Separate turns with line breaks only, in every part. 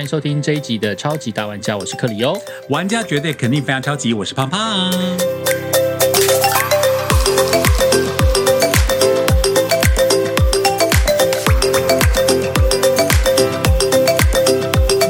迎收听这一集的超级大玩家，我是克里哦欧。
玩家绝对肯定非常超级，我是胖胖。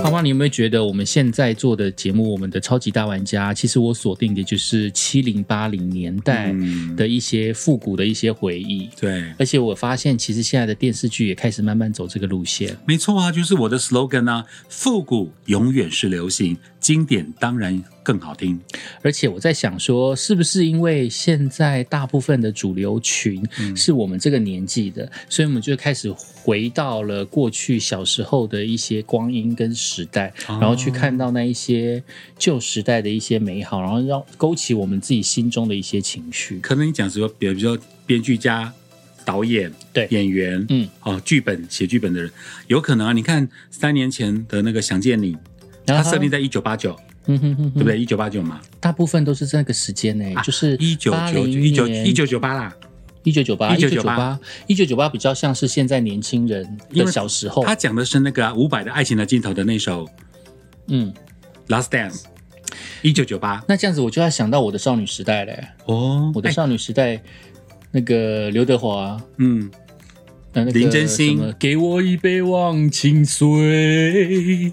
胖胖，你有没有觉得我们现在做的节目，我们的超级大玩家，其实我锁定的就是七零八零年代
嗯
的一些复古的一些回忆。
对，
而且我发现，其实现在的电视剧也开始慢慢走这个路线。
没错啊，就是我的 slogan 啊，复古永远是流行，经典当然更好听。
而且我在想说，是不是因为现在大部分的主流群
嗯
是我们这个年纪的，所以我们就开始回到了过去小时候的一些光阴跟时代，
哦
然后去看到那一些旧时代的一些美好，然后让勾起我们自己心中的一些情绪。
可能你讲说，比如说编剧家、导演、
对
演员，
嗯，
哦，剧本写剧本的人，有可能啊。你看三年前的那个《想见你》，
然
它
后
设定在一九八九，
啊嗯哼哼
对
哼
不，对？一九八九嘛，
大部分都是这个时间呢、
啊
就是
一九九
80
一九
年
一九九八啦。
一九九八一九九
1998
八一九九八比较像是现在年轻人
因
的
为
小时候，
他讲的是那个伍佰的《爱情的尽头》的那首
嗯。
《Last Dance》，一九九八
那这样子，我就要想到我的少女时代嘞、
哦，
我的
哎
少女时代，那个刘德华，啊
嗯，
呃那个
林真心
什么，给我一杯忘情水。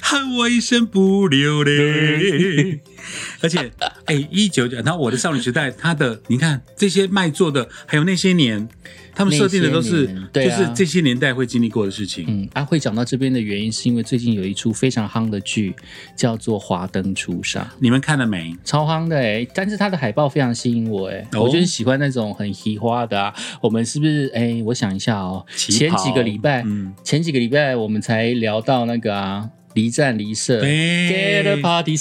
喊我一声不流泪。 而且，哎，一九九，然后我的少女时代，它的你看这些卖座的，还有那些年，他们设定的都
那
是
些年，
就
对啊
是这些年代会经历过的事情。
嗯，阿慧讲到这边的原因，是因为最近有一出非常夯的剧，叫做《华灯初上》。
你们看了没？
超夯的哎、但是它的海报非常吸引我哎、
哦
我就是喜欢那种很奇花的啊。我们是不是哎、我想一下哦，
旗
前
袍
几个礼拜，
嗯，
前几个礼拜我们才聊到那个啊，离站离社，Get
对
the party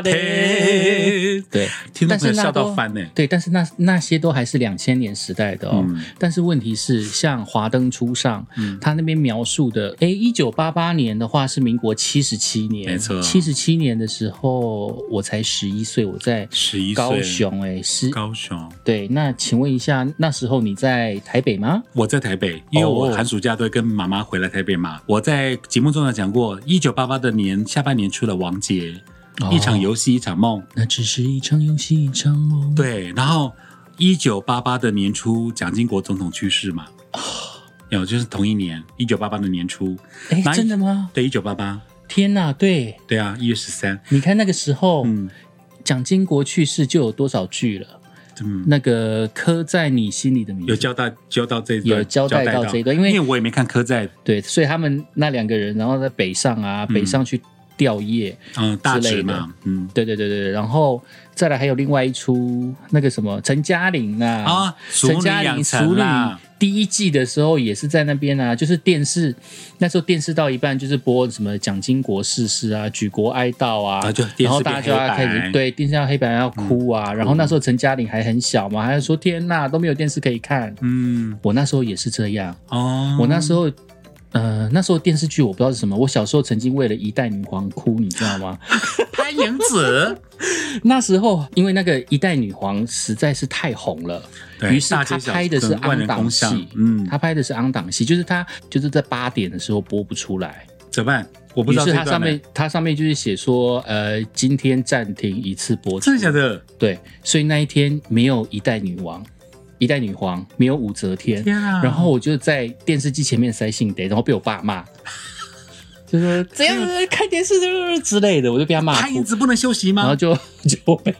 started。
嘿
对
听众朋友
但是那
笑到
都
翻呢。
对，但是那那些都还是两千年时代的哦。
嗯
但是问题是，像《华灯初上》
嗯
他那边描述的，哎，一九八八年的话是民国七十七年，
没错
七十七年的时候我才十一岁，我在
11岁
高雄，哎，是。
高雄，
对，那请问一下，那时候你在台北吗？
我在台北，因为我
哦
寒暑假都会跟妈妈回来台北嘛。我在节目中有讲过，一九八八的年下半年出了王杰，
哦
一场游戏一场梦》。
那只是一场游戏，一场梦。，
对，然后一九八八的年初，蒋经国总统去世嘛，
哦
有就是同一年，一九八八的年初，
哎，
哪一
真的吗？
对，一九八八，
天哪，对，
对啊，一月十三，
你看那个时候，
嗯
蒋经国去世就有多少剧了？
嗯，
那个刻在你心里的名字，
有交代交到这一段，
有交代到这一段因为
因为我也没看柯在，
对，所以他们那两个人，然后在北上啊，北上去吊唁，
嗯，大
之类
直
的
嘛，嗯
对对对对，对然后再来还有另外一出那个什么陈嘉玲啊，
啊，熟
陈
女
嘉
养
玲
成
熟女啊
啦，
第一季的时候也是在那边啊，就是电视那时候电视到一半就是播什么蒋经国逝世啊，举国哀悼啊，
啊就电视
然后大家就
变黑
要
白嗯
开始对电视要黑白要哭啊，然后那时候陈嘉玲还很小嘛，还说天呐都没有电视可以看，
嗯，
我那时候也是这样，
哦，
我那时候，呃，那时候电视剧我不知道是什么，我小时候曾经为了一代女皇哭，你知道 吗？
潘迎紫，
那时候因为那个一代女皇实在是太红了，
对
于是
大
她
街小
拍的是
巷万
昂
人
档
空巷
戏，
嗯，
她拍的是昂档戏，就是她就是在八点的时候播不出来，
怎么办？我不
于
知道
是
这
它
段
上
呢
面它上面就是写说，呃，今天暂停一次播出
真，的假的？
对，所以那一天没有一代女王。一代女皇没有武则天，
天啊！
然后我就在电视机前面塞信得，然后被我爸骂， 就说怎样看电视之类的，我就被他骂
潘迎
哭，
紫不能休息
然后
吗？
就 就被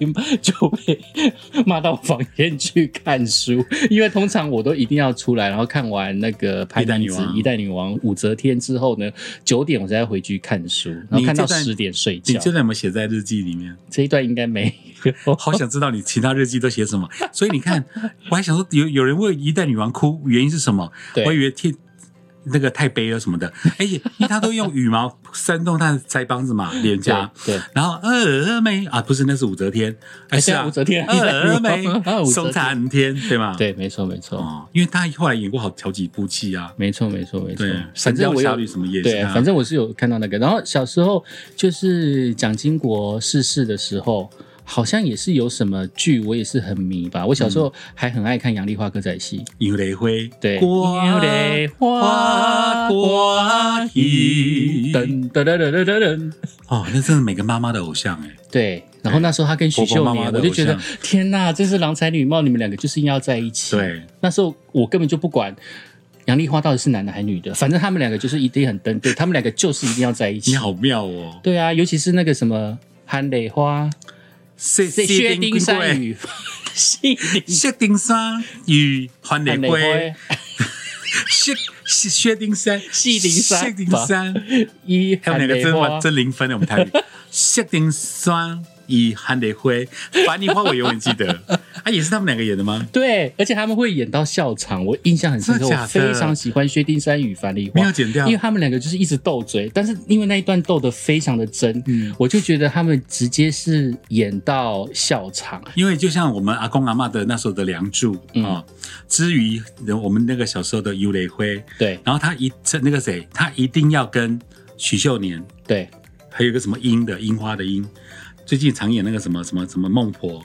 就被 骂到房间去看书，因为通常我都一定要出来，然后看完那个拍
一代女
子
王
一代女王、武则天之后呢，九点我才回去看书，然后
你
看到
这段
十点睡
你
觉。
真的有没有写在日记里面？
这一段应该没有。
好想知道你其他日记都写什 么。所以你看，我还想说有有人为一代女王哭，原因是什么？
对
我以为天那个太悲了什么的，而且因为他都用羽毛扇动他的腮帮子嘛， 脸颊。
对，对
然后峨眉啊，不是，那是武则天，哎是
对
啊，
啊武则 天
峨
一代女王武则
眉
天
松残天，对吗？
对，没错，没错，
哦，因为他后来演过好好几部戏啊，
没错，没错，没错
对，。
反正
神雕
我
侠
有
侣什么也是啊
对
他，
反正我是有看到那个。然后小时候就是蒋经国逝世的时候，好像也是有什么剧，我也是很迷吧。我小时候还很爱看杨丽花歌仔戏，
杨丽辉，
对，
瓜
丽
花瓜戏，
噔噔噔噔噔噔，
哦，那真的每个妈妈的偶像哎，
对。然后那时候她跟许秀
婆婆妈
年，
妈的
我就觉得
偶像
天呐，真是郎才女貌，你们两个就是硬要在一起。，
对，
那时候我根本就不管杨丽花到底是男的还是女的，反正他们两个就是一定很登对，他们两个就是一定要在一起
你。好妙哦，
对啊，尤其是那个什么韩磊花、
谢
薛丁山
雨，
雨、谢丁
薛丁山与韩
韩磊
磊辉，
花。
薛薛薛丁山，
谢丁山
谢丁山，
一
还有
韩
哪个
梅
真
花
完，真零分的我们台语，谢丁山与韩磊辉，樊梨花我永远记得，啊，也是他们两个演的吗？
对，而且他们会演到笑场，我印象很深刻，
真的假
我
的
非常喜欢薛丁山与樊梨花，
没有剪掉
因为他们两个就是一直斗嘴，但是因为那一段斗得非常的真，
嗯
我就觉得他们直接是演到笑场，
因为就像我们阿公阿嬷的那时候的《梁祝》
嗯
啊、之于我们那个小时候的《尤雷辉》，
对
然后他一这那个谁，他一定要跟许秀年，
对，
还有一个什么樱的樱花的樱，最近常演那个什么什么什么孟婆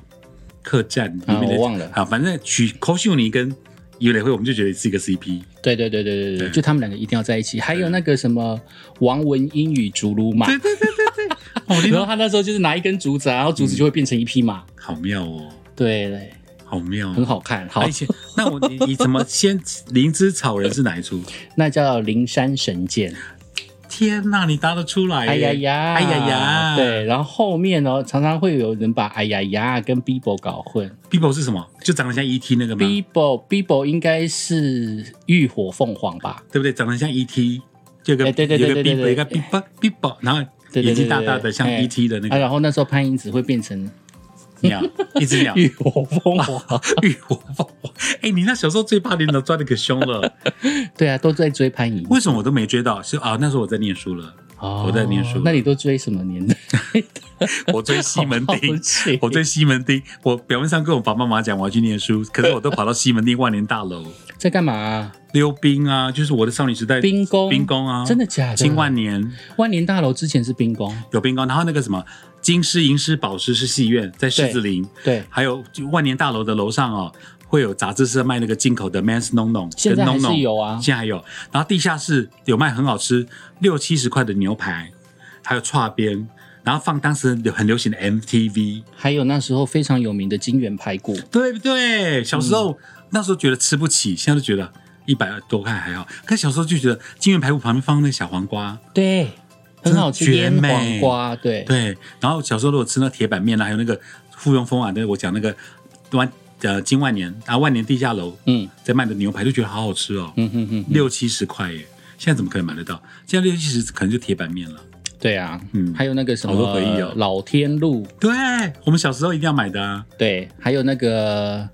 客栈里面的，
啊我忘了
啊，反正许柯秀妮跟尤雷辉，我们就觉得是一个 CP，
对对对对对对，
对
就他们两个一定要在一起，还有那个什么王文英与竹鲁马。
对对对对对，哦，你
然后他那时候就是拿一根竹子啊，然后竹子就会变成一匹马，
好妙哦，
对对，
好妙、哦，
很。好看。好
而，且，那我你你怎么先灵芝草人是哪 一出？
那叫《灵山神剑》。
天呐，你答得出来耶！
哎呀呀，
哎呀呀
对，然后后面哦，常常会有人把哎呀呀跟 Bibo 搞混。
Bibo 是什么？就长得像 ET 那个吗？
Bibo Bibo 应该是浴火凤凰吧？
对不对？长得像 ET，就有个
哎对对对
有个
对对
Bibo，
对
一个 Bibo Bibo，然后
对对对对
眼睛大大的像
哎
ET 的那
啊，
个
然后那时候潘英子会变成
鸟，一只鸟。
浴火凤
啊
凰。
浴火凤凰，哎，你那小时候最怕领导抓的可凶了，
对啊，都在追潘英。
为什么我都没追到？是啊，那时候我在念书了，
哦
我在念书
那你都追什么年代？
我追西门
好
町，
奇
我追西门町。我表面上跟我爸爸妈妈讲我要去念书，可是我都跑到西门町万年大楼
在干嘛啊？
溜冰啊，就是我的少女时代
冰宫，
冰宫啊，
真的假的？
金万年
万年大楼之前是冰宫，
有冰宫，然后那个什么金狮、银狮、宝狮是戏院，在狮子林，
对，
还有就万年大楼的楼上哦，会有杂志社卖那个进口的 Man's Non Non，
现在还
Non
是
Non，
有啊。
现在还有。然后地下室有卖很好吃六七十块的牛排，还有串边，然后放当时很流行的 MTV，
还有那时候非常有名的金源排骨，
对不对？小时
嗯
候、那时候觉得吃不起，现在都觉得一百多块还好，可小时候就觉得金源排骨旁边放那个小黄瓜，
对，很好吃，
真的绝
腌
美
黄瓜，对，
对，然后小时候如果吃那铁板面啦，还有那个芙蓉风啊，那个我讲那个万呃金万年啊万年地下楼
嗯
在卖的牛排，就觉得好好吃哦，
嗯哼哼，
六七十块耶，现在怎么可能买得到？现在六七十可能就铁板面了。
对啊，
嗯
还有那个什么
好多回忆哦
老天路，
对我们小时候一定要买的、啊、
对，还有那个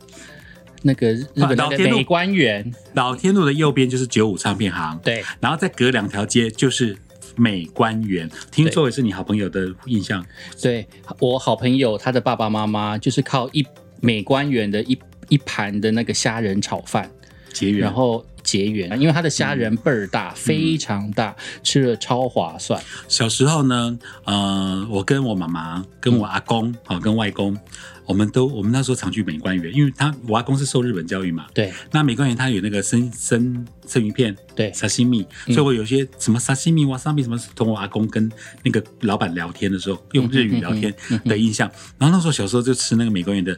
那个日本
啊老
的
天路
美官员，
老天路的右边就是九五唱片行，
对，
然后再隔两条街就是美观园，听
对
说也是你好朋友的印象。
对我好朋友他的爸爸妈妈就是靠一美官员的一一盘的那个虾仁炒饭，
结缘，
然后。结缘，因为他的虾仁倍儿
嗯
大，非常大，吃了超划算。
小时候呢，呃，我跟我妈妈、跟我阿公、好、跟外公，我们都我们那时候常去美观园，因为他我阿公是受日本教育嘛，
对
那美观园它有那个生生生鱼片、
对，
沙西米，
嗯
所以我有些什么沙西米、哇沙米什么，同我阿公跟那个老板聊天的时候，用日语聊
嗯
天
哼嗯哼
的印象。然后那时候小时候就吃那个美观园的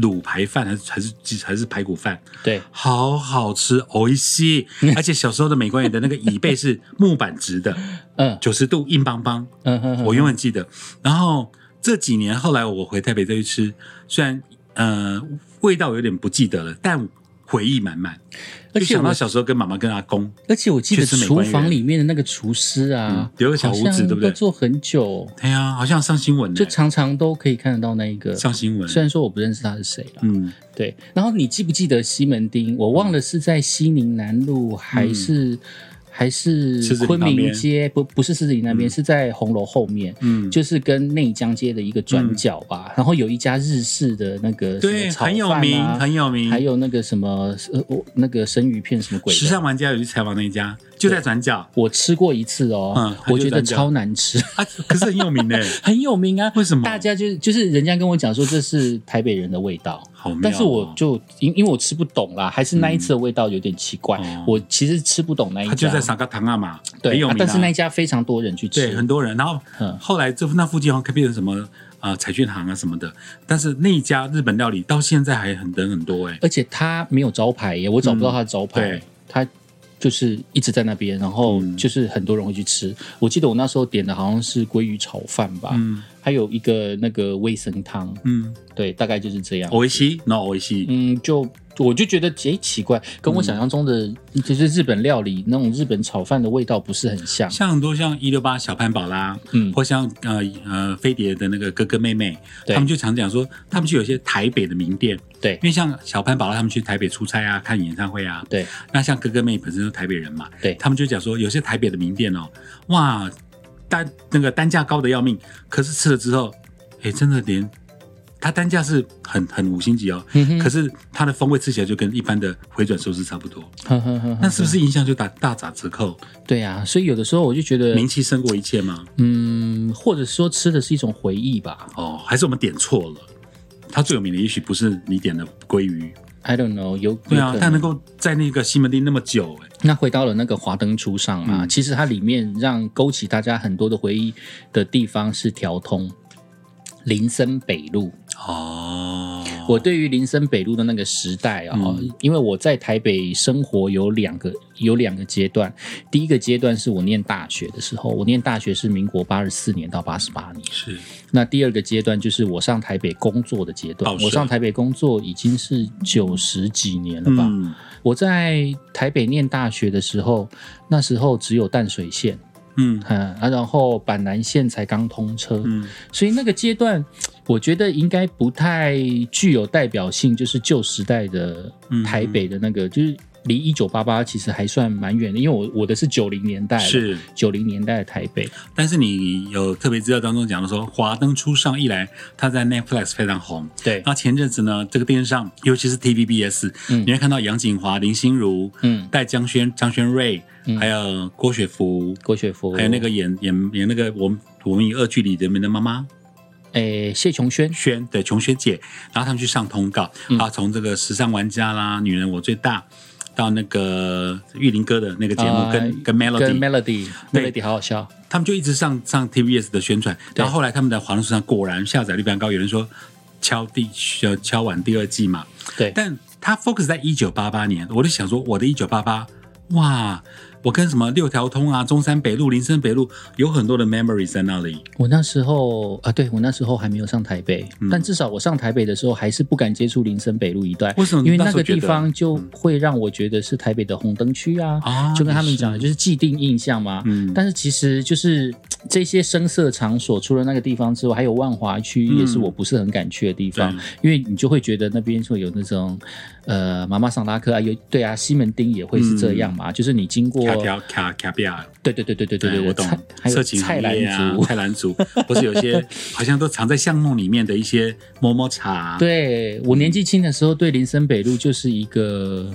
卤排饭，还是还是还是排骨饭，
对
好好吃，哦一西。而且小时候的美观园的那个椅背是木板直的，
嗯
九十度硬邦邦。
嗯哼哼，
我永远记得。然后这几年后来我回台北再去吃，虽然呃味道有点不记得了，但回忆满满。
而
就
且
想到
我
小时候跟妈妈跟阿公，
而且我记得
去吃美
厨
观园
房里面的那个厨师啊
嗯，留个小胡子
好像
对不对嗯
都做很久，
哎呀，好像上新闻呢、
就常常都可以看得到那一个。
上新闻。
虽然说我不认识他是谁了，
嗯，
对。然后你记不记得西门町？我忘了是在西宁南路还是、还
嗯狮子
是
林
昆
旁
明
边
街？不，不是狮子林那边，是在红楼后面。
嗯
就是跟内江街的一个转角吧，然后有一家日式的那个什
对，
么炒
很有
饭
名，
啊
很有名。
还有那个什么呃，我那个生鱼片什么鬼的，
时尚玩家有去采访那一家，就在转角
我吃过一次哦，
嗯
我觉
它就
得
是这样
超难吃，
啊，可 是很 有名呢，
很有名啊。
为什么
大家就是就是人家跟我讲说这是台北人的味道。
好妙哦。
但是我就因因为我吃不懂啦，还是那一次的味道有点奇怪。
嗯哦
我其实吃不懂那一家，
他就在沙嘎唐啊嘛，很
对、
有
啊
名，
但是那一家非常多人去
对
吃，
很多人，然后
嗯
后来这那附近好像变成什么啊彩券行啊什么的，但是那一家日本料理到现在还很人很多哎，
而且他没有招牌耶，我找不到他的招
嗯
牌
对，
他、就是一直在那边，然后
嗯
就是很多人会去吃。我记得我那时候点的好像是鲑鱼炒饭吧，
嗯
还有一个那个味噌汤，
嗯，
对，大概就是这样。
おいしい，no おいしい，
嗯，就我就觉得诶奇怪，跟我
嗯
想象中的、就是日本料理那种日本炒饭的味道不是很像。
像很多像一六八小潘宝啦，
嗯
或像呃呃飞碟的那个哥哥妹妹，
对
他们就常讲说，他们去有些台北的名店，
对
因为像小潘宝拉他们去台北出差啊，看演唱会啊，
对，
那像哥哥妹本身是台北人嘛，
对
他们就讲说，有些台北的名店哦，哇，单那个单价高的要命，可是吃了之后，哎，真的连它单价是很很五星级哦，
嗯哼
可是它的风味吃起来就跟一般的回转寿司差不多，
嗯哼哼哼哼
嗯那是不是印象就打大打折扣？
对啊，所以有的时候我就觉得，
名气胜过一切吗？
嗯，或者说吃的是一种回忆吧。
哦，还是我们点错了。它最有名的也许不是你点的鲑鱼，
I don't know，有
对啊
有可，
它
能
能够在那个西门町那么久、哎，
那回到了那个华灯初上啊，
嗯
其实它里面让勾起大家很多的回忆的地方是调通。林森北路，
哦，
我对于林森北路的那个时代啊、
嗯
因为我在台北生活有两个有两个阶段，第一个阶段是我念大学的时候，我念大学是民国八十四年到八十八年，
是
那第二个阶段就是我上台北工作的阶段
报，社
我上台北工作已经是九十几年了吧，
嗯，
我在台北念大学的时候，那时候只有淡水线，
嗯
嗯啊，然后板南线才刚通车，
嗯，
所以那个阶段，我觉得应该不太具有代表性，就是旧时代的
嗯
台北的那个，就是离一九八八其实还算蛮远的，因为我我的是九零年代，
是。
九零年代的台北，
但是你有特别资料当中讲的说，《华灯初上》一来，它在 Netflix 非常红。
对，
那前阵子呢，这个电视上，尤其是 TVBS，、
嗯
你会看到杨锦华、林心如、
嗯，
戴江轩、张轩瑞，
嗯
还有郭雪芙，
郭雪芙，
还有那个演演演那个我们我们与恶剧里人们的妈妈，
诶谢琼轩，
轩对琼轩姐，然后他们去上通告，
嗯
然后从这个时尚玩家啦、女人我最大，到那个玉林哥的那个节目
啊
跟、跟 Melody，
跟 Melody，
对
Melody 好好笑，
他们就一直上上 TBS 的宣传，
对
然后后来他们的华人书上果然下载率非常高，有人说敲第呃敲完第二季嘛，
对
但他 focus 在一九八八年，我就想说我的一九八八，哇，我跟什么六条通啊、中山北路、林森北路有很多的 memory 在那里，
我那时候啊，对我那时候还没有上台北，
嗯
但至少我上台北的时候还是不敢接触林森北路一带，
为什么
因为
那
那
时候
个
觉得嗯
地方就会让我觉得是台北的红灯区啊，
啊
就跟他们讲的
也
就是既定印象嘛。
嗯
但是其实就是嘖这些声色场所，除了那个地方之外，还有万华区
嗯
也是我不是很敢去的地方，
对
因为你就会觉得那边会有那种呃妈妈桑拉克啊，有对啊，西门町也会是这样
嗯
嘛，就是你经过
卡条卡卡比亚，
对对对对对对
对，
对，
哎我懂
哎菜。还
色
有
情
菜
行业啊
篮， 族。
菜篮族， 不是有些 好像都藏在巷弄里面的一些摸摸茶。，
对我年纪轻的时候，对林森北路就是一个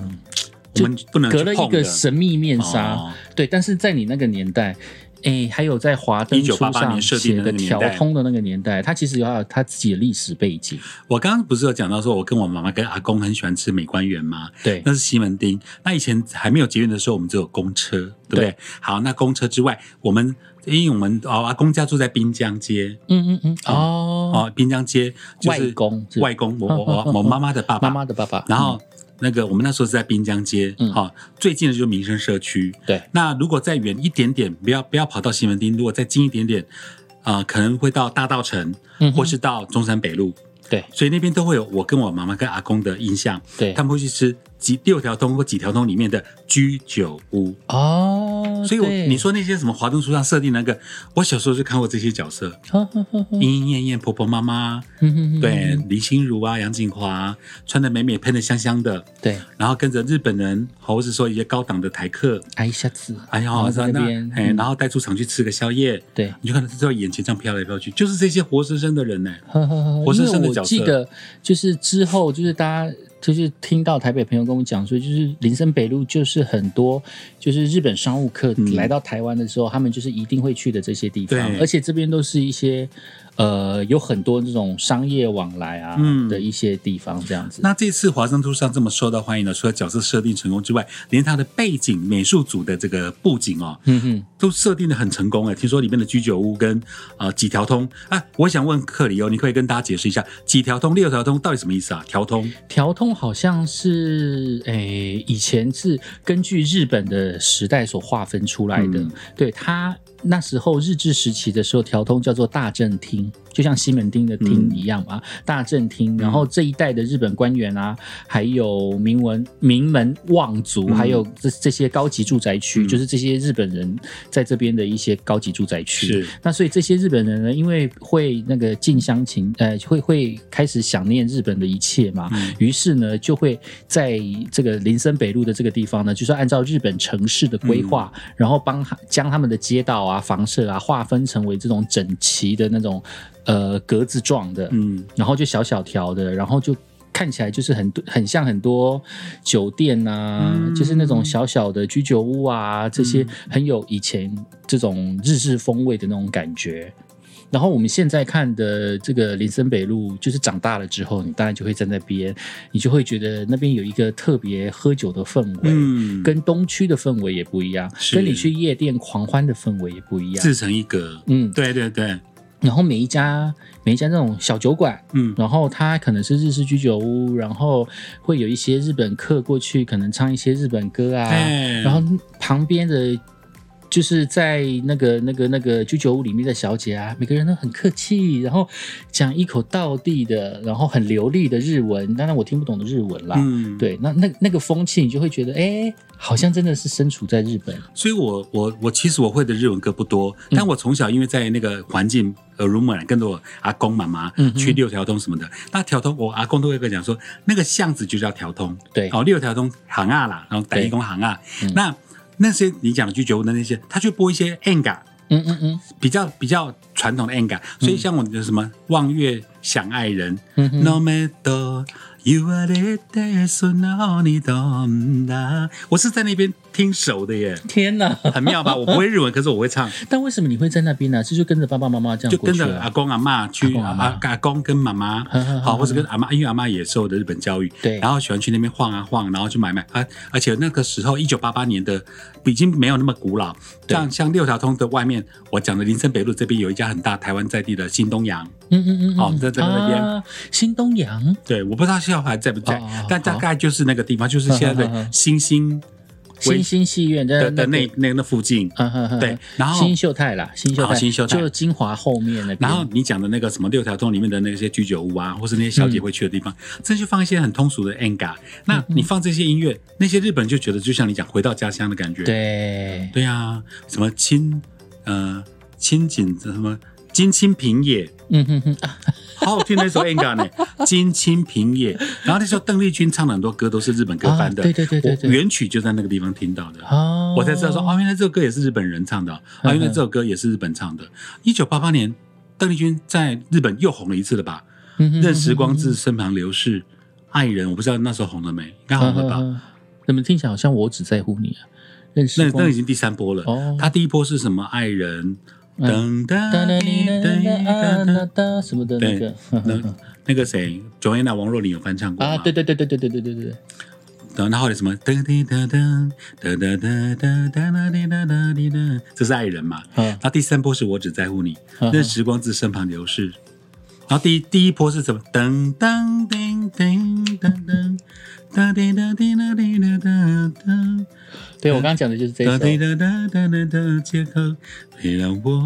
我们不嗯能去
隔了一
碰
个
的
神秘面纱。
哦
对，但是在你那个年代，哎，还有在华灯初
1988
上
年设定
写
的那
的
个年代
调通的那个年代，它其实有它有它自己的历史背景。
我刚刚不是有讲到说，我跟我妈妈跟阿公很喜欢吃美观园吗？
对，
那是西门町。那以前还没有捷运的时候，我们只有公车，对不对？
对
好，那公车之外，我们因为我们哦，阿公家住在滨江街
嗯嗯嗯，哦，
哦，滨江街就是
外公是
外公，我我我我妈妈的爸爸，
妈妈的爸爸，
然后那个我们那时候是在滨江街，
嗯
好、最近的就是民生社区。
对，
那如果再远一点点，不要不要跑到西门町，如果再近一点点，啊、可能会到大道城，
嗯哼
或是到中山北路，
对
所以那边都会有我跟我妈妈跟阿公的印象，
对
他，们会去吃几六条通或几条通里面的居酒屋。
哦，
所以我
对
你，说那些什么华灯书上设定那个，我小时候就看过这些角色，
呵呵呵呵
莺莺燕燕、婆婆妈妈，
嗯哼哼
对
哼，
林心如啊、杨锦华啊，穿的美美、喷的香香的，
对，
然后跟着日本人，或者说一些高档的台客，
哎，下次，
哎呀，
然后在
那
那边，
哎，
嗯
然后带出场去吃个宵夜，
对。
你就看到在眼前这样飘来飘 去，就是这些活生生的人呢、
呵呵呵，
活生生的
因为
角
我
色
记得就是之后，就是大家就是听到台北朋友跟我讲说，就是林森北路就是很多就是日本商务客
嗯
来到台湾的时候，他们就是一定会去的这些地方
对，
而且这边都是一些呃有很多这种商业往来啊、
嗯
的一些地方这样子。
那这次华生路上这么受到欢迎呢，除了角色设定成功之外，连他的背景美术组的这个布景哦，
嗯哼，
都设定的很成功哎。听说里面的居酒屋跟呃几条通啊，我想问克里哦，你可以跟大家解释一下几条通、六条通到底什么意思啊？条通
调通好像是诶、以前是根据日本的时代所划分出来的。
嗯
对它那时候日治时期的时候，调通叫做大正厅，就像西门町的厅一样嘛，
嗯
大正厅。然后这一代的日本官员啊，还有名文名门望族，
嗯
还有这这些高级住宅区，
嗯
就是这些日本人在这边的一些高级住宅区。那所以这些日本人呢，因为会那个近乡情，呃，会会开始想念日本的一切嘛，
嗯
于是呢，就会在这个林森北路的这个地方呢，就是按照日本城市的规划，然后帮他将他们的街道啊、房舍啊划分成为这种整齐的那种呃格子状的，
嗯
然后就小小条的，然后就。看起来就是很多很像很多酒店啊，
嗯
就是那种小小的居酒屋啊，这些
嗯
很有以前这种日式风味的那种感觉。然后我们现在看的这个林森北路，就是长大了之后，你当然就会站在那边，你就会觉得那边有一个特别喝酒的氛围，
嗯，
跟东区的氛围也不一样，
是
跟你去夜店狂欢的氛围也不一样。
自成一格。
嗯，
对对对，
然后每一家每一家那种小酒馆，
嗯
然后它可能是日式居酒屋，然后会有一些日本客过去，可能唱一些日本歌啊，
哎
然后旁边的。就是在那个、那个、那个居酒屋里面的小姐啊，每个人都很客气，然后讲一口道地的，然后很流利的日文，当然我听不懂的日文啦。
嗯，
对，那那那个风气，你就会觉得，哎，好像真的是身处在日本。
所以我我我其实我会的日文歌不多，
嗯
但我从小因为在那个环境呃耳濡目染，跟着我阿公妈妈
嗯哼
去六条通什么的，那条通我阿公都会跟我讲说，那个巷子就叫条通，
对，
哦，六条通行啊啦，然后打一工行啊
嗯，
那那些你讲的居酒屋的那些，他去播一些 enga
嗯嗯嗯
比较比较传统的 enga，所以像我的什么望月想爱人、
嗯哼
n o matter。You are the s o no ni don da，我是在那边听熟的耶。
天哪！
很妙吧？我不会日文，可是我 会唱，
但为什么你会在那边呢、这就跟着爸爸妈妈这样
就
过
跟
去
着阿
了。
公阿妈去
阿公
阿
阿嬷
阿阿公跟妈 妈
呵呵呵，
好，或者跟阿妈，因为阿妈也受的日本教育，
对
然后喜欢去那边晃啊晃，然后去买买啊。而且那个时候，一九八八年的已经没有那么古老，
对
像像六条通的外面，我讲的林森北路这边有一家很大台湾在地的新东阳，
嗯嗯嗯，嗯
哦在在那边
啊新东阳，
对，我不知道现在还在不在
哦哦，
但大概就是那个地方，就是现在
呵 呵呵
的星星微
新星戏院在
的的那
个
那那附近，
嗯哼哼
对
哼，
然后
新秀泰啦，新秀泰，
哦新秀泰
就是金华后面那边，
然后你讲的那个什么六条通里面的那些居酒屋啊，或是那些小姐会去的地方，
嗯
这就放一些很通俗的 enga。那你放这些音乐，那些日本人就觉得就像你讲回到家乡的感觉。
对，
对啊，什么亲呃亲景什么金青平野，
嗯哼哼，啊
好好听那首 enga 呢，金青平野。然后那时候邓丽君唱的很多歌都是日本歌翻的，
啊对对对对对
我原曲就在那个地方听到的。
哦，
我才知道说，哦，原来这首歌也是日本人唱的，
嗯
啊，原来这首歌也是日本唱的。一九八八年，邓丽君在日本又红了一次了吧？
嗯哼，
任时光自身旁流逝，爱人，我不知道那时候红了没，应该红
嗯哼
了吧？
嗯哼怎么听起来好像我只在乎你啊？认
那
识
那已经第三波了。
哦，嗯
他第一波是什么？爱人，噔噔
哒哒哩哒哒
噔
哒哒
噔
哒什么的那个
对。那那个谁，Joanna 王若琳有翻唱
嗯
过
啊，
吗
对对对对对对对对对，
然后然后有什么噔噔噔噔噔噔噔噔噔噔噔噔噔，这是爱人嘛？
嗯，
那第三波是我只在乎你，
嗯
任时光自身旁流逝。然后第一第一波是什么？噔噔叮叮噔噔噔叮噔叮噔叮噔噔噔
对我刚刚讲的就是这一
噔叮
首，
噔噔噔噔噔，借口别让我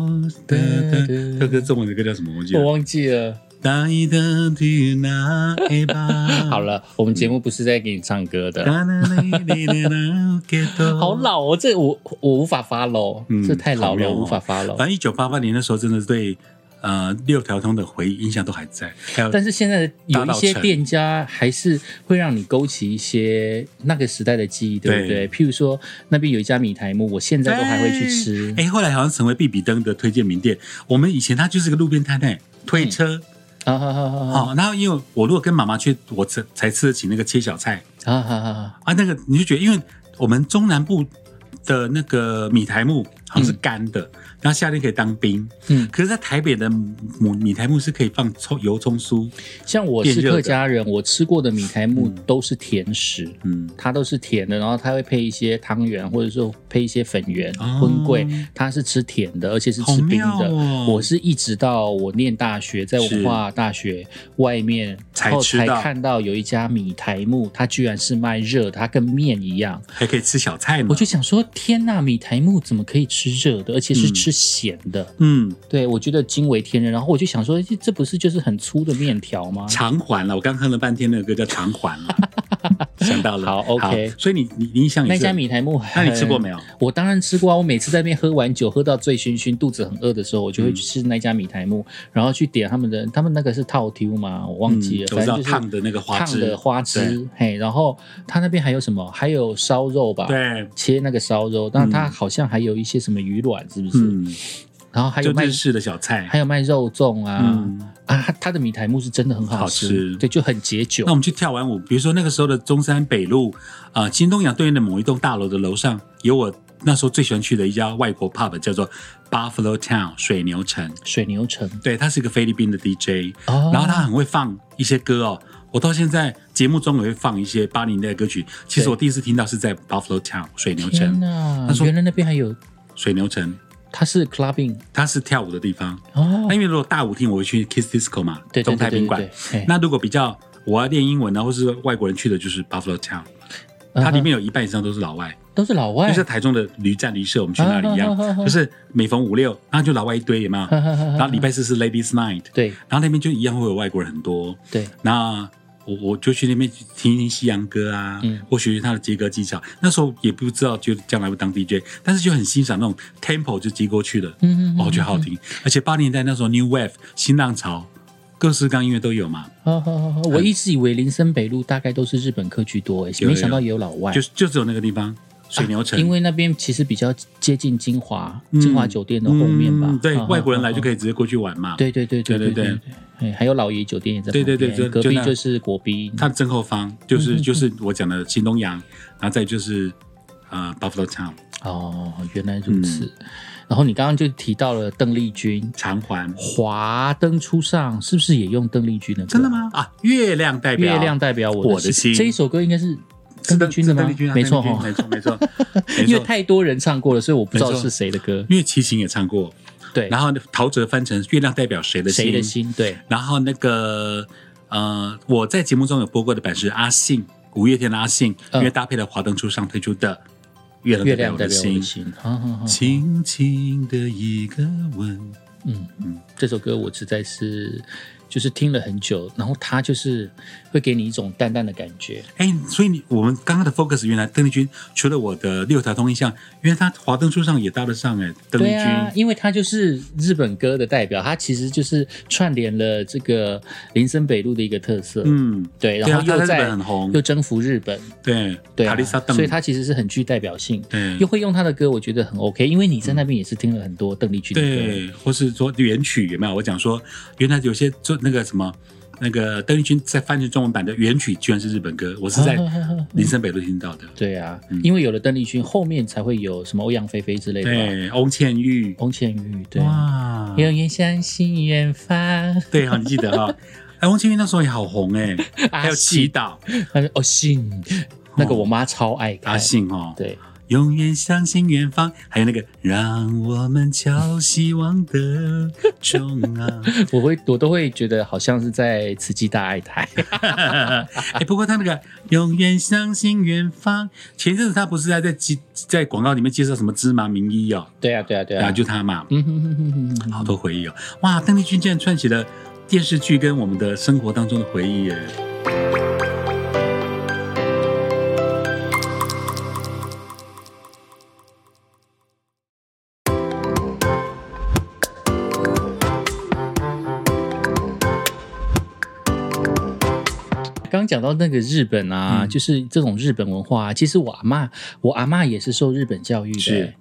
噔噔。这个中文的歌叫什么？我记得
我。忘记了。
哒一哒滴那一吧。
好。了，我们节目不是在给你唱歌的，
哒啦哩哩哩啦，给多。
好老哦，这我我无法发喽，
嗯
这太老
好妙
了，
哦
无法发喽。
反正一九八八年的时候，真的对呃六条通的回忆印象都还在，还有
但是现在有一些
大稻埕
店家还是会让你勾起一些那个时代的记忆，对不对？
对
譬如说那边有一家米苔木，我现在都还会去吃。
哎哎、后来好像成为必比登的推荐名店。我们以前它就是个路边摊哎，推车、
啊哈哈哈哈
好、然后因为我如果跟妈妈去，我才才吃得起那个切小菜
啊哈哈哈！
啊，那个你就觉得，因为我们中南部的那个米苔木好像是干的，然后夏天可以当冰，
嗯，
可是，在台北的米米苔木是可以放葱油葱酥，
像我
变
是
热
客
的
家人，我吃过的米苔木都是甜食，
嗯，
它都是甜的，然后它会配一些汤圆，或者说配一些粉圆、
哦
荤桂，它是吃甜的，而且是
好
吃冰
妙
的。
哦，
我是一直到我念大学，在
是
文化大学外面
才
后
吃
才
到
看到有一家米苔木，它居然是卖热的，它跟面一样。
还可以吃小菜嘛，
我就想说，天呐，米苔木怎么可以吃热的，而且是
嗯
吃咸的？
嗯，
对我觉得惊为天人。然后我就想说，这这不是就是很粗的面条吗？
偿还了。我刚哼了半天那个歌叫偿还了， 想到 了。
好，OK
所以你你你印象
那
你是
家，米苔木，
那你吃过没？有？
我当然吃过啊！我每次在那边喝完酒，喝到醉醺醺，肚子很饿的时候，我就会去吃那家米苔
嗯
木，然后去点他们的，他们那个是套 Q 嘛，我忘记了，
嗯我
反正
知道
就是
烫的那个花
烫
枝
的，花枝，嘿，然后他那边还有什么？还有烧肉吧？，
对，
切那个烧肉，但它
嗯
好像还有一些什么鱼卵，是不是？
嗯，
然后还有
就
卖
日式的小菜，
还有卖肉粽啊、
嗯。
啊，它它的米苔木是真的很好吃，
好吃
对，就很解酒
那我。们去跳完舞，比如说那个时候的中山北路，啊，新东阳对面的某一栋大楼的楼上，有我那时候最喜欢去的一家外国 pub，叫做 Buffalo Town 水牛城。
水牛城，
对，他是一个菲律宾的 DJ，
哦
然后他很会放一些歌哦。我到现在节目中也会放一些八零年代的歌曲。其实
对
我第一次听到是在 Buffalo Town 水牛
天
城，
哪
他，说
原来那边还有，
水牛城
它是 clubbing
它是跳舞的地方。
哦
那，因为如果大舞厅，我会去 Kiss Disco 嘛，
对对
哎中
对
泰
对
宾
对对
馆。，
嘿
那如果比较我要练英文呢，或是外国人去的，就是 Buffalo Town，它
嗯
里面有一半以上都是老外，
都是老外
就，像台中的旅站旅社，我们去那里一样
啊啊啊啊，啊
就是每逢五六，然后就老外一堆，有没
嗯
有？然
然
后礼拜四是 Ladies Night，
对
然后那边就一样会有外国人很多。
对，
那我我就去那边听听西洋歌啊，
嗯
或学学他的接歌技巧。那时候也不知道就将来会当 DJ，但是就很欣赏那种 tempo 就接过去的，
嗯嗯，
哦，我觉得好好
嗯，
听。而且八零年代那时候 new wave 新浪潮，各式各样音乐都有嘛，
好好好好，嗯我一直以为林森北路大概都是日本客居多，哎，
有有
没想到也有老外
就。就只有那个地方水牛城，
啊因为那边其实比较接近金华，
嗯
金华酒店的后面吧
嗯。对，外国人来就可
以。
以直接过去玩
嗯
嘛。，
对对对
对
对
对
对，哎还有老爷酒店也在
对
旁
对
边，
对就
隔
就
壁
那
就是国宾。
它的正后方就
嗯
是
嗯嗯
就是我讲的新东阳，然后再就是呃 Buffalo Town
哦，原来如此。
嗯
然后你刚刚就提到了邓丽君，
长环。
华灯初上是不是也用邓丽君的歌？
真的？吗？啊，月亮代表
月亮代表我
我的心
这一首歌应该是
是
邓丽君的
是
吗
邓丽君啊？
没错哦
邓丽
哈
君，没错没错没
因为
错。
太多人唱过了，所以我不知道
没错
是谁的歌。
因为齐秦也唱过，
对，
然后陶喆翻成《月亮代表谁的心》，
谁的心？对，
然后那个呃，我在节目中有播过的版是阿信，五月天的阿信，
嗯
因为搭配了《华灯初上》推出的《
月
月亮代表
亮
我
代
的
表我的
心》。
心。啊嗯好好好，
轻轻的一个吻，
嗯
嗯
嗯，这首歌我实在是就是听了很久，然后它就是会给你一种淡淡的感觉。
哎，所以你我们刚刚的 focus 原来邓丽君除了我的六条通印象，原来她《华灯初上》也搭得上哎，邓丽
对
君、
啊，因为它就是日本歌的代表，它其实就是串联了这个林森北路的一个特色。
嗯，
对，
对
然后
啊，她
又
在日
在
本很红
又，征服日本，
对，
对
卡
啊
丽莎，邓，
所以它其实是很具代表性。
对
又会用他的歌，我觉得很 OK，因为你在那边也是听了很多邓丽君的歌，
对，或是说原曲有没有？我讲说，原来有些做那个什么，那个邓丽君在翻译中文版的原曲居然是日本歌，我 是在 林森北路听到的。
对啊
嗯，
因为有了邓丽君，后面才会有什么欧阳菲菲之类的吧，
对，翁倩玉，
翁倩玉，对，
哇，
永远相信远方，
对哈，你记得哈？哎，翁倩玉那时候也好红哎， 还
啊
有哦祈祷
他说哦信，那个我妈超爱看，
阿信哦，
对，
永远相信远方，还有那个让我们敲希望的钟啊。
我会我都会觉得好像是在慈济大爱 台，
哎、不过他那个永远相信远方，前一阵子他不是还在介在广告里面介绍什么芝麻名医哦，
对啊对啊对
然后、
啊，
就他嘛，
嗯哼哼哼哼哼
好多回忆哦，哇，邓丽君竟然串起了电视剧跟我们的生活当中的回忆耶。
刚刚讲到那个日本啊，
嗯
就是这种日本文化、啊。其实我阿嬷，我阿嬷也是受日本教育的
是
欸，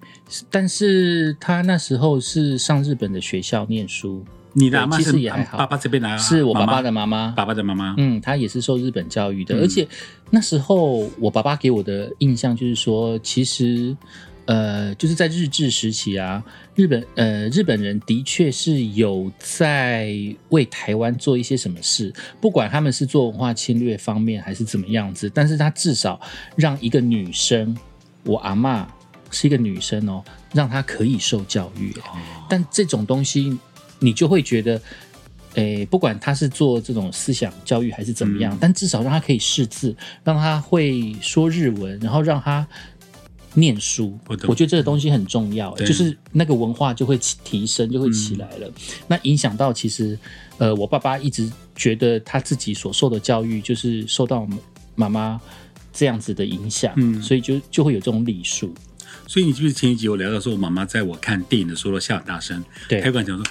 但是她那时候是上日本的学校念书，
你的阿妈
对其
是
实也还好
爸爸这边来，啊
是我爸爸的
妈
妈妈
妈，。爸爸的妈妈，
嗯，他也是受日本教育的，
嗯
而且那时候我爸爸给我的印象就是说，其实，呃，就是在日治时期啊，日本呃日本人的确是有在为台湾做一些什么事，不管他们是做文化侵略方面还是怎么样子，但是他至少让一个女生，我阿嬷是一个女生哦，让她可以受教育、
哦
但这种东西，你就会觉得，诶、不管他是做这种思想教育还是怎么样，
嗯
但至少让他可以识字，让他会说日文，然后让他念书。
我
我
懂
觉得这个东西很重要、
对嗯
就是那个文化就会起提升，就会起来了。那影响到其实，呃，我爸爸一直觉得他自己所受的教育就是受到妈妈。这样子的影响，
嗯
所以就就会有这种礼数，
所以你记不记得前一集我聊到说，我妈妈在我看电影的时候笑很大声，
对
开馆讲说